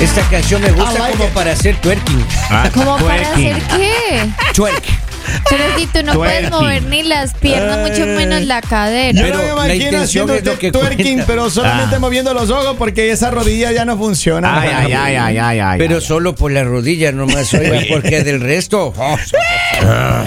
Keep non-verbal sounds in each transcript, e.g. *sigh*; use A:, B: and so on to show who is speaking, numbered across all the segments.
A: Esta canción me gusta como para hacer twerking.
B: Ah,
C: ¿Cómo para
B: twerking.
C: hacer qué?
A: Twerk.
C: Pero si tú no puedes
B: Twerking.
C: mover ni las piernas, mucho menos la cadera.
D: Yo
A: Pero
D: no
A: la
D: me imagino
A: intención
D: haciendo
A: es lo
D: usted
A: que
D: twerking,
A: cuenta.
D: pero solamente
B: Ah.
D: moviendo los ojos porque esa rodilla ya no funciona.
B: Ay, ay, ay, ay, ay, ay.
A: Pero
B: ay.
A: solo por las rodillas nomás, oiga, porque del resto. oh,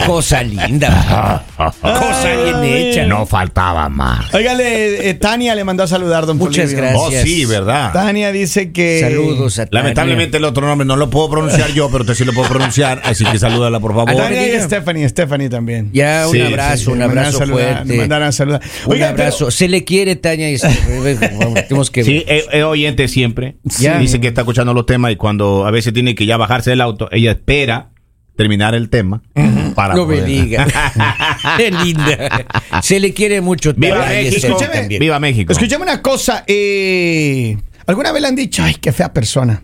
A: cosa linda. Cosa bien hecha.
B: no faltaba más.
D: Óigale, eh, Tania le mandó a saludar, don
A: Muchas
D: Polibio.
A: gracias.
E: Oh, sí, ¿verdad?
D: Tania dice que.
A: Saludos a Tania.
E: Lamentablemente el otro nombre no lo puedo pronunciar yo, pero usted sí lo puedo pronunciar, así que salúdala, por favor.
D: Tania y Stephanie, Stephanie también.
A: Ya, un
E: Sí,
A: abrazo,
E: sí, sí,
A: un
D: Le mandaron a
A: abrazo
D: saludar, le
A: fuerte.
D: mandaron a saludar.
A: Un
D: Oiga, pero-
A: abrazo. Se le quiere, Tania. Y... Vamos, tenemos que...
E: Sí, es, es oyente siempre.
A: Ya.
E: Dice que está escuchando los temas y cuando a veces tiene que ya bajarse del auto, ella espera terminar el tema para
A: No me
E: poder-
A: diga. Qué linda. Se le quiere mucho.
E: Viva
A: Tania, y
E: México.
A: Esther
D: Escúcheme.
A: también.
E: Viva México.
D: Escuchame una cosa. eh, ¿Alguna vez le han dicho, ay, qué fea persona?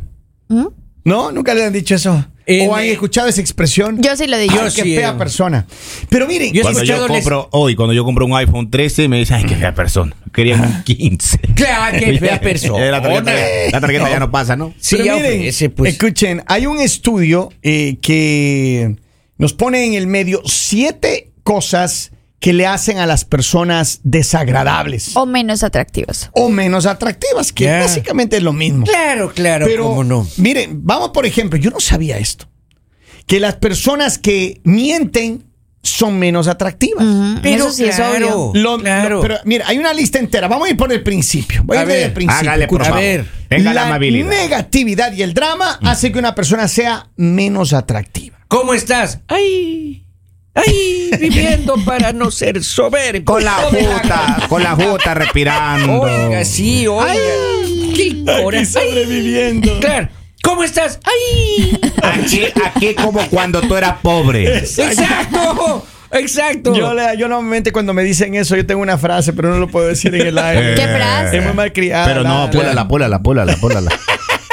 C: ¿Mm?
D: No, nunca le han dicho eso.
A: En-
D: o han escuchado esa expresión.
C: Yo sí lo digo.
D: Ay,
A: Eh, Yo
D: qué
A: sí,
D: fea
A: eh.
D: persona. Pero miren,
A: Yo he
E: Cuando yo
A: escuchado les-
E: compro hoy, cuando yo compro un iPhone 13, me dice, ay, qué fea persona. Quería un 15.
A: Claro, qué
E: *laughs*
A: fea persona.
E: la tarjeta, la tarjeta ya no pasa, ¿no?
A: Sí,
D: Pero
A: ya
D: miren,
A: ofrece, pues.
D: escuchen, hay un estudio eh, que nos pone en el medio siete cosas que le hacen a las personas desagradables
C: O menos atractivos.
D: o menos atractivas, que
A: Ya.
D: básicamente es lo mismo.
A: Claro, claro,
D: Pero,
A: cómo no.
D: miren, vamos por ejemplo, yo no sabía esto, que las personas que mienten son menos atractivas.
C: Ujú,
A: Pero
C: eso sí es
A: claro.
C: obvio.
D: Lo-
A: claro.
D: lo- pero mira, hay una lista entera. Vamos a ir por el principio. Voy a,
A: A
D: ir desde
A: ver,
D: el principio.
E: hágale, por
D: escucha.
E: favor.
A: A ver,
E: Tenga la
D: la
E: amabilidad. Mm.
D: negatividad y el drama hace que una persona sea menos atractiva.
A: ¿Cómo estás? Ay, ay, *laughs* viviendo para no ser soberbio.
E: Con la juta, con la juta respirando.
A: Oiga, sí, oiga. Qué coraje. *laughs*
D: sobreviviendo.
A: Claro. ¿Cómo estás? Ay,
E: Aquí, aquí como cuando tú eras pobre.
A: exacto, exacto.
D: Yo, le- yo normalmente cuando me dicen eso, yo tengo una frase, pero no lo puedo decir
E: *laughs*
D: en el aire.
C: ¿Qué frase?
D: Es muy mal criada.
E: Eh, Pero no, pólala, pólala, pólala, pólala.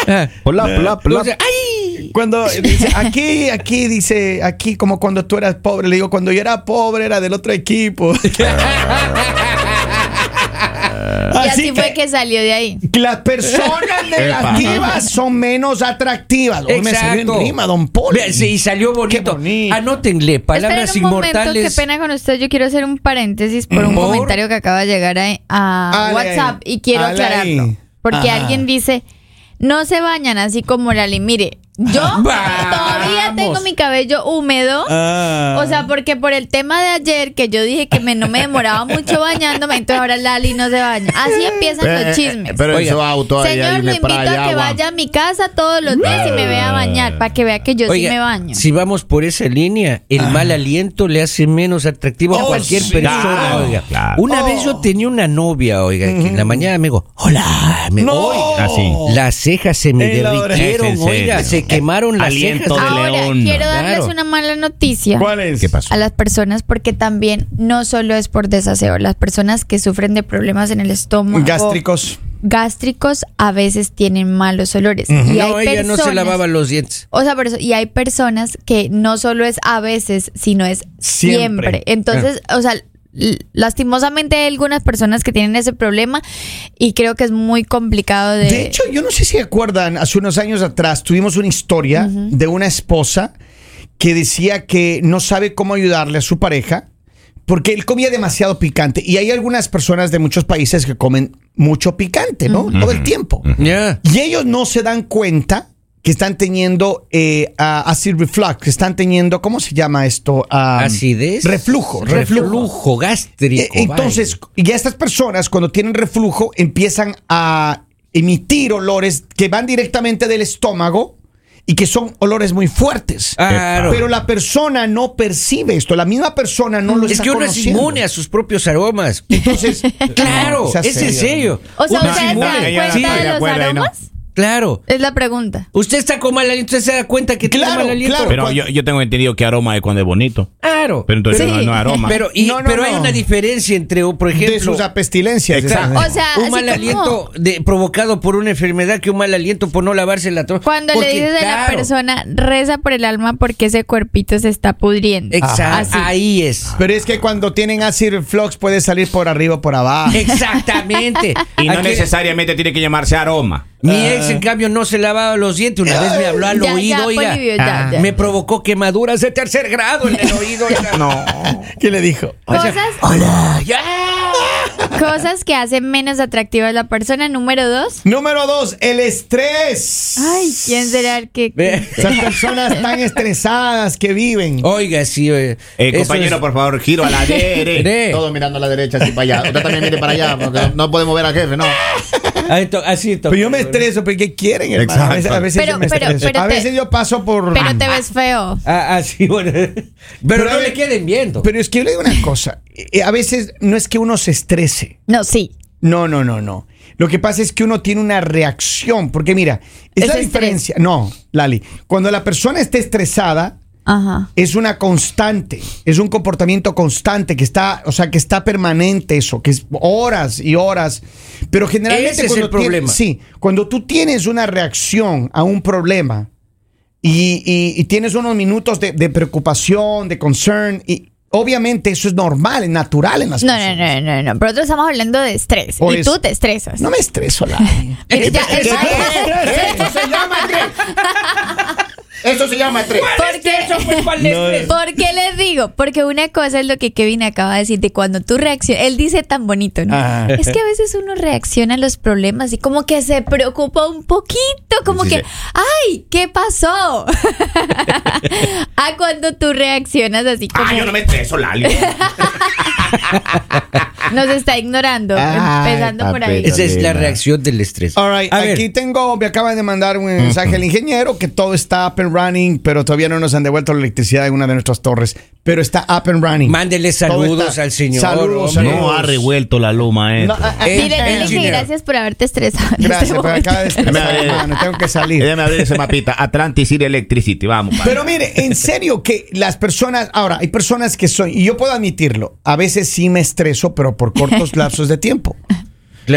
A: Ah,
E: Pólala, *laughs* pólala,
A: o
E: pólala.
A: sea,
E: Eh.
A: ay.
D: Cuando dice, aquí, aquí, dice, aquí, como cuando tú eras pobre. Le digo, cuando yo era pobre era del
E: *laughs*
D: otro equipo. *laughs*
E: Ah.
C: Y así fue que salió de ahí.
D: que
E: *laughs*
D: las personas negativas son menos atractivas. Hoy me salió en
A: Exacto.
D: rima, don Poli.
A: Ve, Sí, salió bonito.
D: Qué bonito.
A: Anótenle, palabras
C: Esperen un momento, qué
A: inmortales.
C: pena con usted. Yo quiero hacer un paréntesis por un
A: ¿Por?
C: comentario que acaba de llegar a, a
D: Ale ahí.
C: WhatsApp y quiero
D: Ale ahí.
C: aclararlo. Porque
D: Ajá.
C: alguien dice, no se bañan así como Lali. Mire,
D: *laughs*
C: yo todavía tengo mi cabello húmedo.
D: Ah.
C: O sea, porque por el tema de ayer que yo dije que me, no me demoraba mucho bañándome, entonces ahora Lali no se baña. Así empiezan
E: Eh,
C: los chismes.
E: eh, Pero en
A: Oiga,
E: su auto ahí hay
C: Señor,
E: un
C: lo invito
E: spray
C: a
E: de
C: que
E: agua.
C: vaya a mi casa todos los días y me vea bañar, para que vea que yo
A: Oiga,
C: sí me baño.
A: Si vamos por esa línea, el mal aliento le hace menos atractivo a
D: Ah. Oh,
A: cualquier
D: sí. Oh.
A: persona.
E: Claro,
A: oiga.
E: claro.
A: Una vez yo tenía una novia, oiga, que en la mañana me dijo, hola, me
D: No.
A: oiga,
E: Así.
A: Las cejas se me
D: En Eh, la oreja.
A: derritieron,
E: Es en
A: oiga,
E: serio.
A: se quemaron las
E: Aliento
A: cejas.
E: de
C: Ahora,
E: león.
C: quiero
A: Claro.
C: darles una mala noticia
D: ¿Cuál es?
E: ¿Qué pasó?
C: a las personas porque también no solo es por desaseo, las personas que sufren de problemas en el estómago,
D: Gástricos.
C: gástricos a veces tienen malos olores. y
A: No,
C: hay
A: ella no se
C: personas-
A: lavaba los dientes.
C: O sea, pero eso- y hay personas que no solo es a veces, sino es
D: Siempre.
C: siempre. Entonces, o sea, l- lastimosamente hay algunas personas que tienen ese problema y creo que es muy complicado de...
D: De hecho, yo no sé si acuerdan, hace unos años atrás tuvimos una historia de una esposa que decía que no sabe cómo ayudarle a su pareja porque él comía demasiado picante. Y hay algunas personas de muchos países que comen mucho picante, ¿no? Todo el tiempo.
A: Ya.
D: Y ellos no se dan cuenta que están teniendo eh, a- acid reflux, que están teniendo, ¿cómo se llama esto? Ah,
A: Acidez.
D: Reflujo, reflujo.
A: Reflujo gástrico.
D: Eh, Entonces, ya estas personas cuando tienen reflujo empiezan a emitir olores que van directamente del estómago y que son olores muy fuertes.
A: vaya. Claro.
D: Pero la persona no percibe esto, la misma persona no lo
A: es
D: está
A: que uno es
D: conociendo.
A: inmune a sus propios aromas.
D: Entonces,
A: *laughs* Claro,
D: no, sea
A: es en serio.
C: o sea,
A: Uno
C: ¿ustedes
A: es
C: se
A: inmune.
C: dan
E: ella no
C: cuenta
E: estoy de
C: de los
E: acuerdo ahí, ¿no?
C: aromas?
A: Claro.
C: Es la pregunta.
A: Usted está con mal aliento, usted se da cuenta que tiene
D: Claro,
A: mal aliento.
D: claro.
E: Pero yo, yo tengo entendido que aroma es cuando es bonito.
A: Claro.
E: Pero entonces
C: Sí.
E: no, no es aroma.
A: Pero, y-
D: No, no,
A: pero
D: no.
A: hay una diferencia entre, o, por
D: de
A: ejemplo,
D: sus apestilencias.
E: Exacto.
D: ¿sabes?
C: O sea, así
A: un mal
C: como-
A: aliento de- provocado por una enfermedad que un mal aliento por no lavarse la tropa.
C: Cuando le dices a la persona, reza por el alma porque ese cuerpito se está pudriendo.
A: Exacto.
C: Así.
A: Ahí es.
D: Pero es que cuando tienen acid reflux
A: Eh.
D: puede salir por arriba o por abajo.
A: Exactamente.
E: y no
C: *laughs*
A: Aquí-
E: necesariamente tiene que llamarse aroma.
A: Mi ex, en cambio, no se lavaba los dientes. Una vez me habló al
C: Ya, ya,
A: oído, oiga. ah,
C: Polivio, ya, ya.
A: Me provocó quemaduras de tercer grado en el oído.
D: *laughs*
A: oiga.
E: No.
D: ¿Qué le dijo?
C: Cosas,
A: Hola. *laughs* ya.
C: cosas que hacen menos atractiva a la persona. Número dos.
D: Número dos, el estrés.
C: Ay, ¿quién será el que.?
A: Ve.
D: Esas personas tan estresadas que viven.
A: Oiga, sí. oiga.
E: Eh,
A: Eso
E: compañero,
A: es-
E: por favor, giro a *laughs* la
A: Dere.
E: derecha.
B: Todos mirando a la derecha, así para allá. Usted también mire para allá, porque no- no podemos ver al jefe, ¿no?
A: Ahí to- Así to-
D: Pero yo me estreso, pero ¿qué quieren, hermano? A veces, a veces
C: Pero-
D: yo me
C: pero-
D: estreso.
C: pero
D: a
C: te-
D: veces yo paso por...
C: Pero te ves feo.
A: Ah, así, bueno. Pero,
D: Pero a
A: no
D: ver-
A: le queden viendo.
D: Pero es que yo le digo una cosa. Eh, A veces no es que uno se estrese.
C: No, sí.
D: No, no, no, no. Lo que pasa es que uno tiene una reacción. Porque mira, es,
C: Es
D: la
C: estrés.
D: diferencia. No, Lali. Cuando la persona está estresada,
C: Ajá.
D: es una constante, es un comportamiento constante que está, o sea, que está permanente eso, que es horas y horas. Pero generalmente
A: Ese es
D: cuando
A: el problema.
D: tienes- sí, cuando tú tienes una reacción a un problema y, y- y tienes unos minutos de, de preocupación, de concern, y obviamente eso es normal, es natural en las
C: No, no,
D: personas.
C: no, no, no. Pero nosotros estamos hablando de estrés.
D: Por
C: y
D: eso.
C: tú te estresas.
D: No me
C: *laughs*
D: estreso, Lali.
C: Mire, ya, el
B: Eso se
C: baile-
B: llama estrés. Eso se llama estrés.
C: ¿Por qué?
D: eh.
C: ¿Por qué les digo? Porque una cosa es lo que Kevin acaba de decir, de cuando tú reaccionas, él dice tan bonito, ¿no?
D: Ajá.
C: Es que a veces uno reacciona a los problemas y como que se preocupa un poquito, como
E: Sí,
C: que,
E: sí.
C: ¡ay! ¿Qué pasó? *laughs* a cuando tú reaccionas así como
E: Ah, yo no me estreso,
C: *laughs*
E: Lali.
C: nos está ignorando,
B: Ay,
C: empezando por ahí.
B: papito.
A: Esa es la reacción del estrés.
D: All right,
A: A ver,
D: aquí tengo, me acaba de mandar un mensaje el ingeniero que todo está up and running, pero todavía no nos han devuelto la electricidad de una de nuestras torres, pero está up and running.
A: mándele
D: Todo
A: saludos
D: está-
A: al señor.
D: saludos,
A: hombre.
E: No ha revuelto la loma, eh.
D: No, ah, ah,
A: Eh, eh,
C: Dile, dile que
A: Engineer.
C: gracias por haberte estresado.
A: *laughs*
C: en
D: gracias,
C: este
D: pero acaba de
C: momento.
D: estresar,
E: Déjame-
D: hermano, tengo que salir.
A: eh,
E: Déjame abrir ese *laughs* mapita. Atlantic City Electricity, vamos. padre.
D: Pero mire, en serio que las personas, ahora, hay personas que son, y yo puedo admitirlo, a veces sí me estreso, pero por
A: *laughs*
D: cortos lapsos de tiempo. Me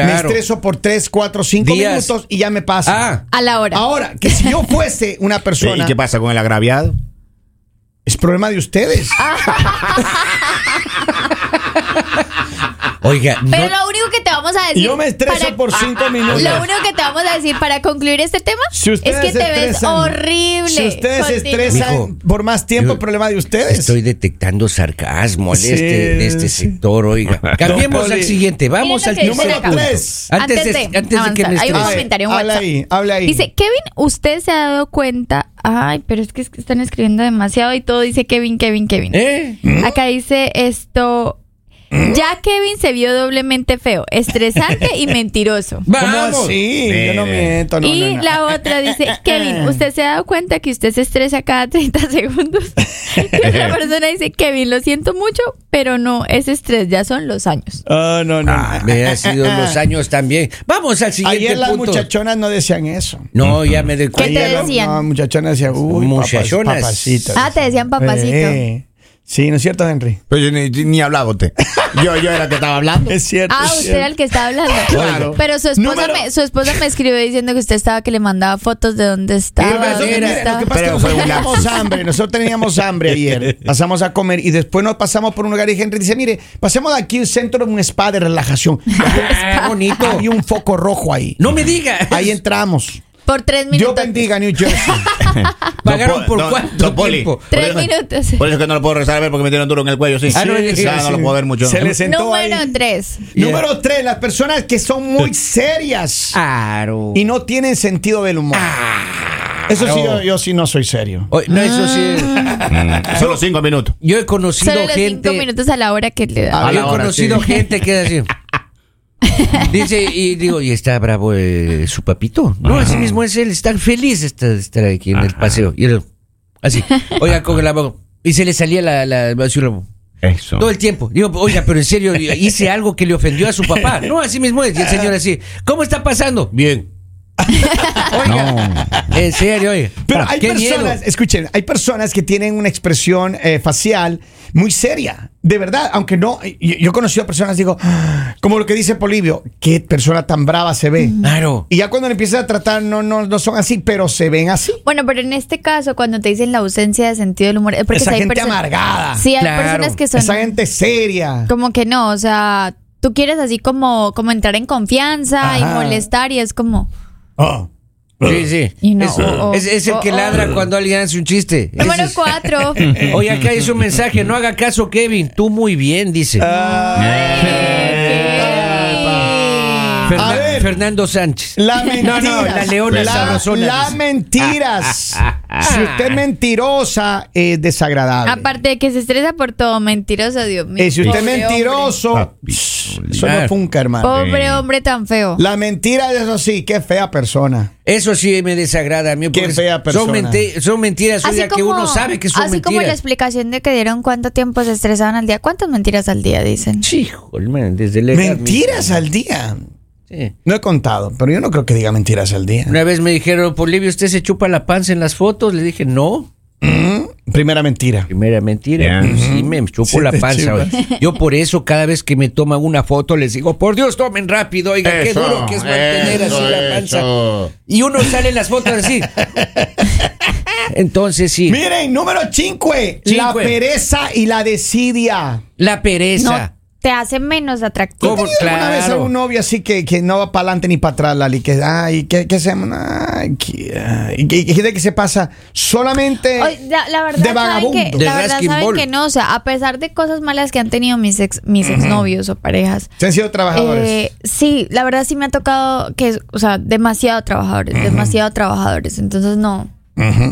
A: Claro.
D: estreso por 3, 4, 5
A: Días.
D: minutos y ya me pasa.
A: Ah.
C: A la hora.
D: Ahora, que si yo fuese una
E: ¿Y
D: persona,
E: qué pasa con el agraviado?
D: es problema de ustedes.
A: Oiga, no-
C: Pero lo único que te vamos a decir.
D: Yo me estreso
C: para- Ah,
D: por 5 minutos.
C: Lo único que te vamos a decir para concluir este tema
D: Ah, Si
C: es
D: ustedes
C: que te
D: se
C: ves
D: estresan,
C: horrible.
D: Si ustedes se
C: Continúa.
D: estresan
A: Mijo,
D: por más tiempo,
A: yo-
D: el problema de ustedes.
A: estoy detectando sarcasmo en
D: Sí.
A: este, de este sector, oiga. Cambiemos
D: Don
A: al
D: Poli.
A: siguiente, vamos
C: Miren
A: al
C: lo que dice
A: siguiente
C: acá.
A: punto.
D: Tres.
A: Antes, de,
C: Antes de
A: antes de que me
C: avanzar, hay un
A: estrese.
C: comentario en
D: habla
C: WhatsApp.
D: ahí, habla ahí.
C: Dice, Kevin, ¿usted se ha dado cuenta? Ay, pero es que es que están escribiendo demasiado y todo dice Kevin, Kevin, Kevin.
A: ¿Eh?
D: ¿Mm?
C: Acá dice esto. Ya Kevin se vio doblemente feo, estresante
D: *laughs*
C: y mentiroso.
D: ¿Cómo
A: Vamos.
D: así? Yo no
E: Mire.
D: miento, no,
C: y
D: no, no.
C: la otra dice,
D: *laughs*
C: Kevin, ¿usted se ha dado cuenta que usted se estresa cada 30 *laughs* segundos? Y
D: *laughs*
C: otra persona dice, Kevin, lo siento mucho, pero no, ese estrés ya son los años.
D: Ah, no, no.
A: Ah, me ha sido los
D: *laughs*
A: años también. Vamos al siguiente
D: Ayer las
A: punto.
D: muchachonas no decían eso.
A: No, ya me doy
C: *laughs* ¿Qué te
A: cuenta.
D: Ayer las-
C: decían?
D: No, las muchachonas decían, uy,
A: Muchachonas.
D: papas- papacitas.
C: Ah, te decían papacito.
D: Eh, Sí, ¿no es cierto, Henry?
E: Pero yo ni, ni hablaba usted. *laughs* Yo, yo era el que estaba hablando.
D: Es cierto.
C: Ah,
D: es
C: usted
D: cierto.
C: era el que estaba
D: *laughs*
C: hablando.
E: Claro.
C: Pero su esposa,
D: Número-
C: me, su esposa me escribió diciendo que usted estaba, que le mandaba fotos de dónde estaba.
D: Ah, Pero eso que
C: dónde
A: mira,
D: mira, lo
C: estaba.
D: que pasa es que
E: Pero
D: nosotros
E: fue un
D: teníamos
E: lapsus.
D: hambre, nosotros teníamos hambre *laughs* ayer. Pasamos a comer y después nos pasamos por un lugar y Henry dice, mire, pasemos de aquí a un centro, un spa de relajación.
A: Ah, bonito.
D: Había un foco rojo ahí.
A: No me diga.
E: *laughs*
D: Ahí entramos.
C: Por tres minutos.
D: Dios bendiga New *laughs* Jersey.
A: *laughs* ¿Pagaron
E: Don Po-
A: por
E: don-
A: cuánto
E: don Poli.
A: tiempo?
C: Tres
E: Por eso-
C: minutos.
E: Por eso es que no lo puedo rezar a ver porque me dieron duro en el cuello, sí.
A: Ah, no,
E: Sí,
A: sí,
E: ya no
A: sí.
E: lo puedo ver mucho.
D: Se le sentó
C: Número
D: ahí.
C: tres.
D: Número tres, las personas que son muy serias
B: Claro.
D: y no tienen sentido del humor. Eso sí, yo, yo sí no soy serio.
A: Oye, no, eso sí.
E: Mm, Solo cinco minutos.
A: Yo he conocido
C: Ah. Solo los
A: gente.
C: cinco minutos a la hora que le
D: Ah.
E: A
C: da.
A: Yo
E: la
A: he
E: hora,
A: conocido
E: sí.
A: gente que
C: *laughs*
A: es así. Dice, y digo, ¿y está bravo eh, su papito? No, así mismo es él, está feliz de estar- de estar aquí en el paseo. Y él,
C: *laughs*
A: así, oiga, con la boca. Y se le salía la, la, así la-
E: Eso.
A: todo el tiempo. Digo, oiga, pero en serio, hice algo que le ofendió a su papá. No, así mismo es. Y el señor así, ¿cómo está pasando? Bien. Oiga, en serio, oiga.
D: Pero hay
A: Qué
D: personas,
A: miedo.
D: escuchen, hay personas que tienen una expresión eh, facial muy seria. De verdad, aunque no, yo, yo he conocido personas, digo, *gasps* "Ah", como lo que dice Polivio, qué persona tan brava se ve.
A: Claro.
D: Y ya cuando le empiezas a tratar, no, no, no son así, pero se ven así.
C: Bueno, pero en este caso, cuando te dicen la ausencia de sentido del humor, es porque
D: Esa
C: si hay
D: gente
C: perso-
D: amargada.
C: Sí, hay
A: Claro.
C: personas que son
D: Esa gente seria.
C: como que no, o sea, tú quieres así como, como entrar en confianza y
D: Ajá.
C: molestar y es como,
D: Oh.
A: Sí, sí.
C: Y no,
A: es,
C: oh, oh,
A: es- es el
C: oh,
A: que
C: oh.
A: ladra cuando alguien hace un chiste. Ese
C: Número
A: es-
D: *laughs*
C: cuatro.
A: Oye, acá hay un mensaje. No haga caso, Kevin. Tú muy bien, dice.
D: Ah,
C: Ay,
A: Fernan-
D: A ver.
A: Fernando Sánchez.
D: La mentira.
A: No, no, la leona sabrosona,
D: La
A: dice.
D: mentiras.
A: *laughs*
D: si usted es mentirosa, es desagradable.
C: Aparte de que se estresa por todo, mentiroso, Dios mío.
D: Eh, si usted es
C: Pobre
D: mentiroso,
E: Papi,
D: eso no
A: claro.
D: funca, hermano.
C: hombre. Pobre hombre tan feo.
D: La mentira es eso sí, qué fea persona.
A: Eso sí me desagrada a mí.
D: Qué
A: porque
D: fea persona.
A: Son, menti- son mentiras, oiga, que uno sabe que son
C: así como la
A: mentiras.
C: explicación de que dieron cuánto tiempo se estresaban al día. ¿Cuántas mentiras al día dicen?
A: Chijo, man, desde la edad
D: Mentiras
A: misma.
D: al día.
A: Sí.
D: No he contado, pero yo no creo que diga mentiras al día.
A: Una vez me dijeron, Polivio, ¿usted se chupa la panza en las fotos? Le dije, no.
D: Primera mentira.
A: Primera mentira. pues,
E: Ya.
A: Sí, me chupo
D: Sí
A: la
D: te
A: panza.
D: chupas.
A: oiga. Yo por eso, cada vez que me toman una foto, les digo, por Dios, tomen rápido, oiga, qué
B: Eso,
A: duro que es mantener así
B: eso,
A: la panza.
B: eso.
A: Y uno sale en las fotos
B: *laughs*
A: así. Entonces sí,
D: Miren, número 5. La
A: Cinque.
D: pereza y la desidia.
A: la pereza.
C: No, te hace menos atractivo.
A: ¿Cómo?
D: ¿Has tenido alguna vez
A: Oh, Claro.
D: algún novio así que, que no va para adelante ni para atrás, Lali? Que, ay, ¿qué, qué hacemos? Ay, que- ay, y que- y gente que se pasa solamente
C: Oye, la, la verdad
D: de
C: saben
D: vagabundo.
C: que,
A: De
C: la verdad
A: Raskin
C: saben
A: Ball.
C: que no, o sea, a pesar de cosas malas que han tenido mis ex, mis exnovios o parejas.
D: Se han sido trabajadores.
C: eh, sí, la verdad sí me ha tocado que, es- o sea, demasiado trabajadores, demasiado trabajadores. Entonces no.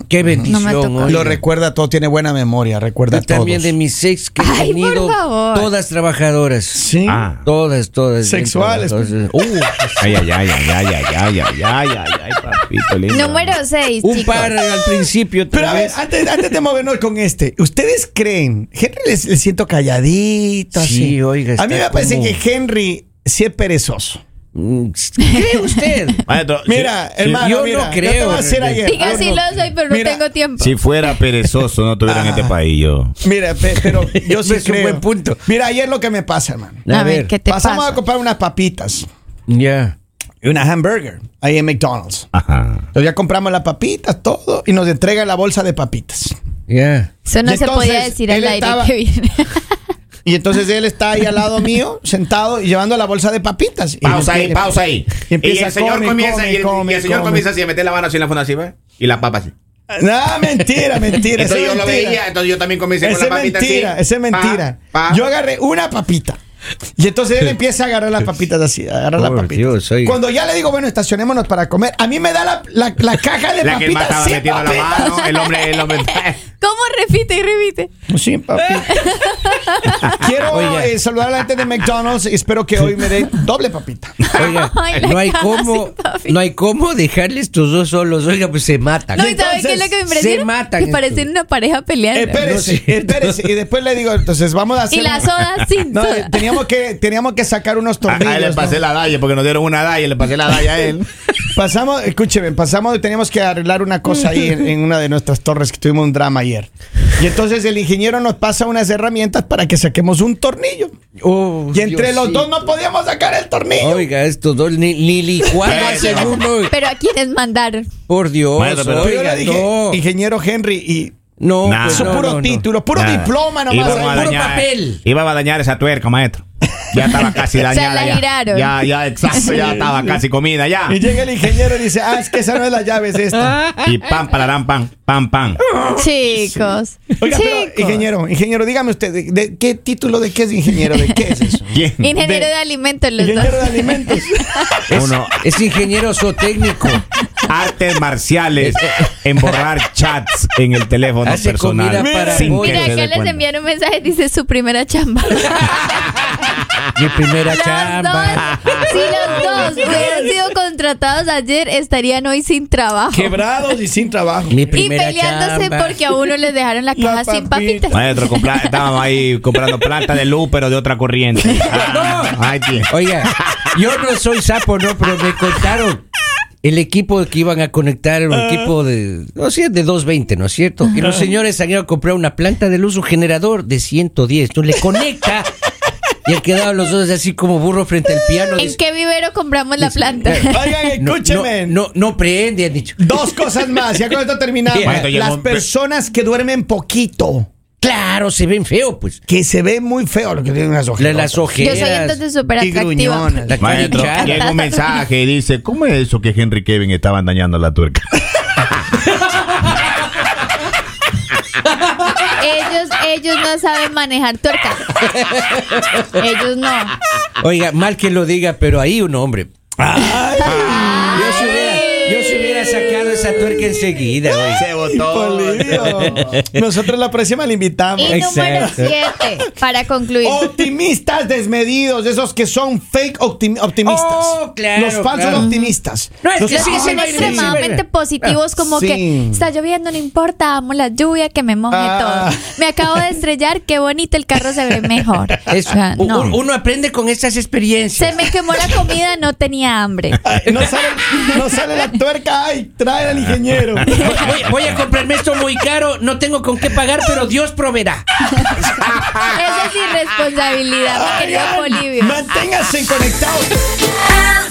A: Qué bendición.
C: No me tocó.
A: oiga.
D: Lo recuerda todo, tiene buena memoria, recuerda
A: Yo
D: todo.
A: también de mis ex que he
C: Ay, por
A: tenido
C: favor.
A: todas trabajadoras.
D: Sí.
E: Ah.
A: Todas, todas. bien
D: Sexuales. pues.
A: trabajadoras. Uh,
E: Ay, ay, ay, ay, ay, ay, ay, ay, ay, ay, ay, papito lindo.
C: Número 6,
A: un par al principio.
D: Pero
A: tal
D: a ver,
A: vez.
D: antes, antes
A: *laughs*
D: de movernos con este, ¿ustedes creen? Henry les- le siento calladito,
A: Sí,
D: así.
A: oiga,
D: a mí
A: está
D: me parece
A: como-
D: que Henry sí es perezoso.
A: Mm, ¿Qué usted?
E: Maestro,
D: Mira,
E: si,
D: hermano,
A: yo no
D: mira, Yo te
A: creo,
D: voy a decir
A: Henry.
D: ayer.
C: Diga
D: algo.
C: sí lo soy, pero
D: Mira,
C: no tengo tiempo.
E: si fuera perezoso, no estuviera en
D: Ah.
E: este país yo.
D: Mira, pe-
A: *laughs*
D: pero yo sí
A: Es un
D: creo.
A: buen punto.
D: Mira, ayer lo que me pasa, hermano.
A: A
C: a ver,
A: ver,
C: ¿qué te
D: Pasamos
C: pasa?
D: a comprar unas papitas
A: Ya.
D: y una hamburger ahí en McDonald's.
E: Ajá.
D: Entonces ya compramos las papitas, todo, y nos entrega la bolsa de papitas.
A: Ya.
C: Eso no
D: Y
C: se podía
D: entonces,
C: decir al
D: él
C: aire
D: estaba-
C: que viene. *laughs*
D: Y entonces él está ahí al lado mío, sentado y llevando la bolsa de papitas. Y
E: Pausa
D: él
E: ahí,
D: tiene-
E: pausa ahí.
D: Y empieza, come, come,
E: y el,
D: come,
E: y el señor
D: come.
E: comienza así a meter la mano así en la funda así, ¿ve? Y la papa así.
D: No, mentira, mentira.
E: Entonces yo
D: eso es
E: lo
D: mentira.
E: veía, entonces yo también comencé con
D: Esa
E: la
D: es
E: papita
D: mentira,
E: así.
D: esa es mentira.
E: Pa, pa.
D: Yo agarré una papita. Y entonces él empieza a agarrar las papitas así, agarrar las
A: Por
D: papitas.
A: Dios, oiga.
D: Cuando ya le digo, bueno, estacionémonos para comer, a mí me da la, la- la caja
E: *laughs*
D: de
E: la que el más estaba
D: papitas sin
E: metiendo la
D: papitas.
E: mano, el hombre, el hombre.
C: ¿Cómo repite y repite?
D: Pues Sin papitas. Quiero
A: Oiga.
D: eh, saludar a la gente de McDonald's y espero que hoy me den doble papita.
A: *laughs* Oiga,
C: *laughs* Ay, la
A: no hay
C: cara sin
A: cómo,
C: papi.
A: no hay cómo dejarles estos dos solos. Oiga, pues se matan.
C: No, ¿y sabes qué es lo que me
A: entonces,
C: impresiona?
A: se matan
C: que
A: estos.
C: parecen una pareja
A: Eh,
C: peleada.
D: Eh, Espérese, *laughs* espérese. Y después le digo, entonces vamos a hacer.
C: Y la soda sin
D: *laughs* No,
C: soda.
D: teníamos que, teníamos que sacar unos
E: A,
D: *laughs* tornillos.
E: a él le pasé
D: ¿no?
E: la dalla porque nos dieron una dalla, le pasé la dalla a él.
D: Pasamos, escúcheme, pasamos, teníamos que arreglar una cosa ahí en, en una de nuestras torres que tuvimos un drama ayer. Y entonces el ingeniero nos pasa unas herramientas para que saquemos un tornillo.
A: Oh,
D: Y entre los
A: Diosito.
D: dos no podíamos sacar el tornillo.
A: Oiga, estos dos ni, ni licuado
E: Eso.
A: hacen uno.
C: *laughs* Pero a quienes
D: *laughs*
C: mandaron.
A: Por Dios,
E: Maestro, pero-
D: Pero yo
A: oiga,
D: le dije,
A: no.
D: ingeniero Henry, y
A: No,
E: Nah.
A: pues
D: eso
A: no,
D: puro
A: no, no.
D: título, puro
E: Nada.
D: diploma nomás. ¿eh?
E: Íbamos
A: Puro
E: a
D: puro-
E: dañar-
A: papel.
E: Iba a dañar esa tuerca, maestro. Ya estaba
C: *laughs*
E: casi
C: la
E: dañada. ya.
C: giraron.
E: Ya, ya, exacto, ya estaba casi comida, ya.
A: *laughs*
D: Y llega el ingeniero y dice, ah, es que esa no es la llave, es esta.
E: Y pam, pararán, pam, pam, pam.
C: Chicos.
D: Oiga,
C: chicos.
D: pero, ingeniero, ingeniero, dígame usted, ¿de, de qué título de qué es ingeniero? ¿De qué es *laughs* eso?
E: ¿Quién?
C: Ingeniero
D: de-
C: de, alimentos los
D: Ingeniero de
C: dos.
D: alimentos.
A: Es,
E: Uno,
A: es ingeniero zootécnico.
E: artes marciales,
C: *laughs*
E: emborrar chats en el teléfono
A: Hace
E: personal.
A: comida para
E: sin
A: pollo.
E: que
C: *laughs* Mira,
E: se
C: acá
E: dé
C: les
E: cuenta.
C: enviaron un mensaje, dice su primera chamba.
A: Mi primera
C: *laughs* Los
A: chamba.
C: dos, si los
D: *laughs*
C: dos hubieran sido contratados ayer, estarían hoy sin trabajo.
D: *laughs* Quebrados y sin trabajo.
A: Mi
C: Y
A: primera
C: peleándose
A: chamba.
C: porque a uno les dejaron la
D: La
C: caja sin
D: papita.
C: papitas.
E: Maestro, compra- estábamos ahí comprando planta de luz, pero de otra
C: *laughs*
E: corriente. Ah,
A: No.
E: ay, tío.
A: Oiga, yo no soy sapo, no, pero me contaron. El equipo que iban a conectar era un equipo de, no sé, de 220, ¿no es cierto? Y los señores salieron a comprar una planta de luz, un generador de 110. Entonces le conecta y han quedado los dos así como burro frente al piano.
C: ¿En
A: Dice,
C: qué vivero compramos la planta?
D: Oigan,
A: no,
D: escúcheme.
A: No, no, no prende, han dicho.
D: Dos cosas más, ya con esto terminamos.
A: Bien.
E: Maestro, llegó
D: Las
E: un-
D: personas que duermen poquito.
A: Claro, se ven feo, pues.
D: Que se ve muy feo lo que tienen las
A: La-
D: ojeras.
A: las
C: *laughs* Yo
A: ojeras.
C: soy entonces súper
D: Y
C: atractiva.
D: gruñonas.
A: La
E: Maestro,
A: carichada.
E: llega un mensaje y dice, ¿cómo es eso que Henry Kevin estaban dañando a la tuerca?
C: *laughs* Ellos, ellos no saben
A: *laughs*
C: manejar tuerca. Ellos no.
A: Oiga, mal que lo diga, pero ahí un hombre.
D: Ay,
A: Yo se hubiera, yo se hubiera sacado esa tuerca enseguida, güey.
E: Se botó.
D: *laughs* Polidio. Nosotros la próxima la invitamos.
C: Y número
A: Exacto. Oh,
C: siete, para concluir.
D: Optimistas desmedidos, esos que son fake optim- optimistas.
A: Oh, claro,
D: Los falsos
A: claro.
D: optimistas.
A: No, es
D: Los
A: que
C: Los
A: sí,
C: que
A: sí, sí,
C: son
A: sí,
C: extremadamente
A: sí. Ah,
C: positivos, como
D: Sí.
C: que está lloviendo, no importa, amo la lluvia, que me moje
D: Ah.
C: todo. Me acabo de estrellar, qué bonito, el carro se ve mejor.
A: *laughs* Es-
C: O sea,
A: u-
C: no.
A: u- Uno aprende con estas
C: Se
A: experiencias.
C: me quemó la comida, no tenía hambre.
D: Ay, No sale, no sale la tuerca, ay, trae al ingeniero.
A: Voy, voy- voy a comprarme esto muy caro, no tengo con qué pagar, pero Dios proveerá.
C: Esa es irresponsabilidad, mi querido Polivio.
D: Manténganse conectados.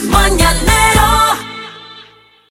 F: El